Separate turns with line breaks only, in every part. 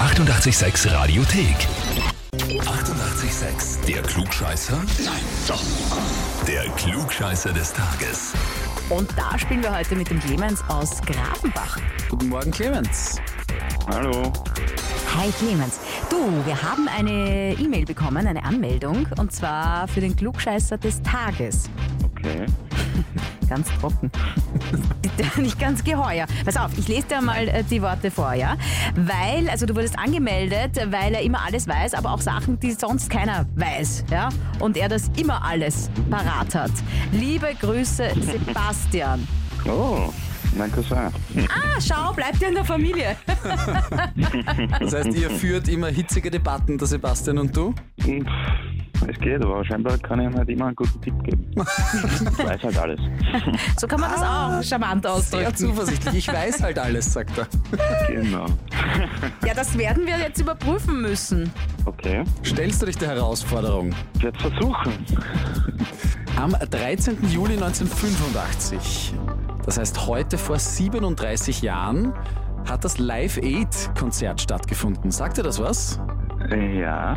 886 Radiothek. 88,6. Der Klugscheißer? Nein, doch. Der Klugscheißer des Tages.
Und da spielen wir heute mit dem Clemens aus Grafenbach.
Guten Morgen, Clemens.
Hallo.
Hi Clemens. Du, wir haben eine E-Mail bekommen, eine Anmeldung, und zwar für den Klugscheißer des Tages.
Okay.
Ganz trocken. Nicht ganz geheuer. Pass auf, ich lese dir mal äh, die Worte vor, ja? Weil, also du wurdest angemeldet, weil er immer alles weiß, aber auch Sachen, die sonst keiner weiß, ja? Und er das immer alles parat hat. Liebe Grüße, Sebastian.
Oh, mein Cousin.
Ah, schau, bleibt ja in der Familie.
Das heißt, ihr führt immer hitzige Debatten, der Sebastian und du?
Hm, pff, Es geht, aber scheinbar kann ich ihm halt immer einen guten Tipp geben. Ich weiß halt alles.
So kann man das auch charmant ausdrücken.
Sehr zuversichtlich. Ich weiß halt alles, sagt er.
Genau.
Ja, das werden wir jetzt überprüfen müssen.
Okay.
Stellst du dich der Herausforderung?
Ich werde versuchen.
Am 13. Juli 1985, das heißt heute vor 37 Jahren, hat das Live Aid Konzert stattgefunden. Sagt ihr das was?
Ja.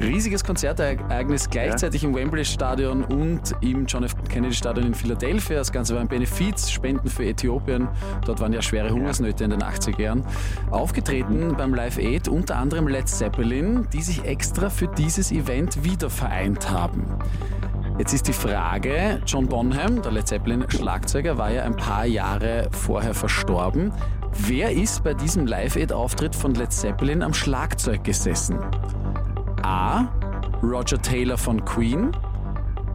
Riesiges Konzertereignis gleichzeitig im Wembley Stadion und im John F. Kennedy Stadion in Philadelphia. Das Ganze war ein Benefiz, Spenden für Äthiopien. Dort waren ja schwere Hungersnöte in den 80er Jahren. Aufgetreten beim Live Aid unter anderem Led Zeppelin, die sich extra für dieses Event wieder vereint haben. Jetzt ist die Frage, John Bonham, der Led Zeppelin Schlagzeuger, war ja ein paar Jahre vorher verstorben. Wer ist bei diesem Live-Aid-Auftritt von Led Zeppelin am Schlagzeug gesessen? A. Roger Taylor von Queen,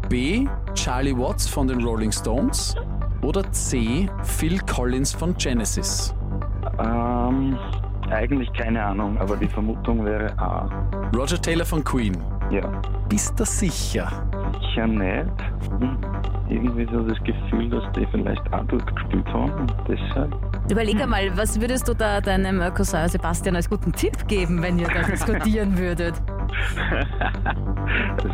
B. Charlie Watts von den Rolling Stones oder C. Phil Collins von Genesis?
Ähm, eigentlich keine Ahnung, aber die Vermutung wäre A.
Roger Taylor von Queen.
Ja.
Bist du sicher?
Sicher nicht. Hm, Irgendwie so das Gefühl, dass die vielleicht Adult gespielt haben und deshalb.
Überleg einmal, was würdest du da deinem äh, Cousin Sebastian als guten Tipp geben, wenn ihr da diskutieren würdet?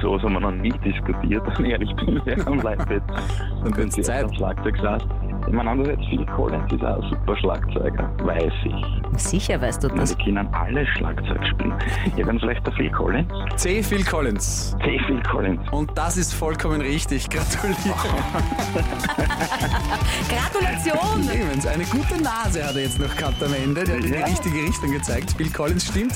So haben wir noch nie diskutiert, wenn ich ehrlich bin, wer am Leibbett.
Dann wird's
Wer
Zeit.
am Schlagzeug saß. Ich meine, andererseits, Phil Collins ist auch ein super Schlagzeuger, weiß ich.
Sicher weißt du
Ich meine,
das.
die können alle Schlagzeug spielen. Ja, dann vielleicht der Phil Collins.
C. Phil Collins.
C. Phil Collins.
Und das ist vollkommen richtig. Gratuliere.
Gratulation!
Clemens, eine gute Nase hat er jetzt noch gehabt am Ende. Der hat in
Ja.
die richtige Richtung gezeigt. Bill Collins stimmt.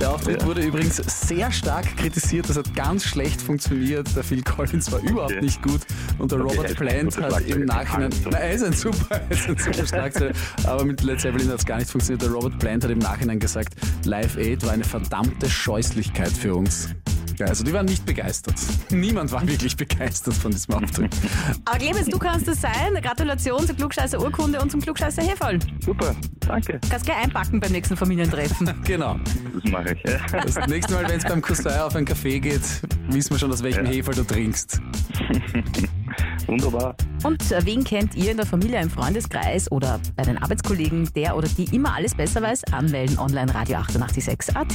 Der Auftritt
Ja.
wurde übrigens sehr stark kritisiert. Das hat ganz schlecht funktioniert. Der Phil Collins war überhaupt
Okay.
nicht gut. Und der
Okay,
Robert
er ist
Plant
ein guter
hat im
Schlagzeuger.
Nachhinein.
Hans.
Na, er ist ein super, er ist ein super Schlagzeuger. Aber mit Led Zeppelin hat es gar nicht funktioniert. Der Robert Plant hat im Nachhinein gesagt, Live Aid war eine verdammte Scheußlichkeit für uns. Ja, also die waren nicht begeistert. Niemand war wirklich begeistert von diesem Auftritt.
Aber Clemens, du kannst es sein. Gratulation zur Klugscheißer Urkunde und zum Klugscheißer Heferl.
Super, danke.
Kannst gleich einpacken beim nächsten Familientreffen.
Genau.
Das mache ich.
Das nächste Mal, wenn es beim Cousin auf einen Café geht, wissen wir schon, aus welchem Hefe du trinkst.
Wunderbar.
Und äh, wen kennt ihr in der Familie, im Freundeskreis oder bei den Arbeitskollegen, der oder die immer alles besser weiß? Anmelden online Radio 886 AT.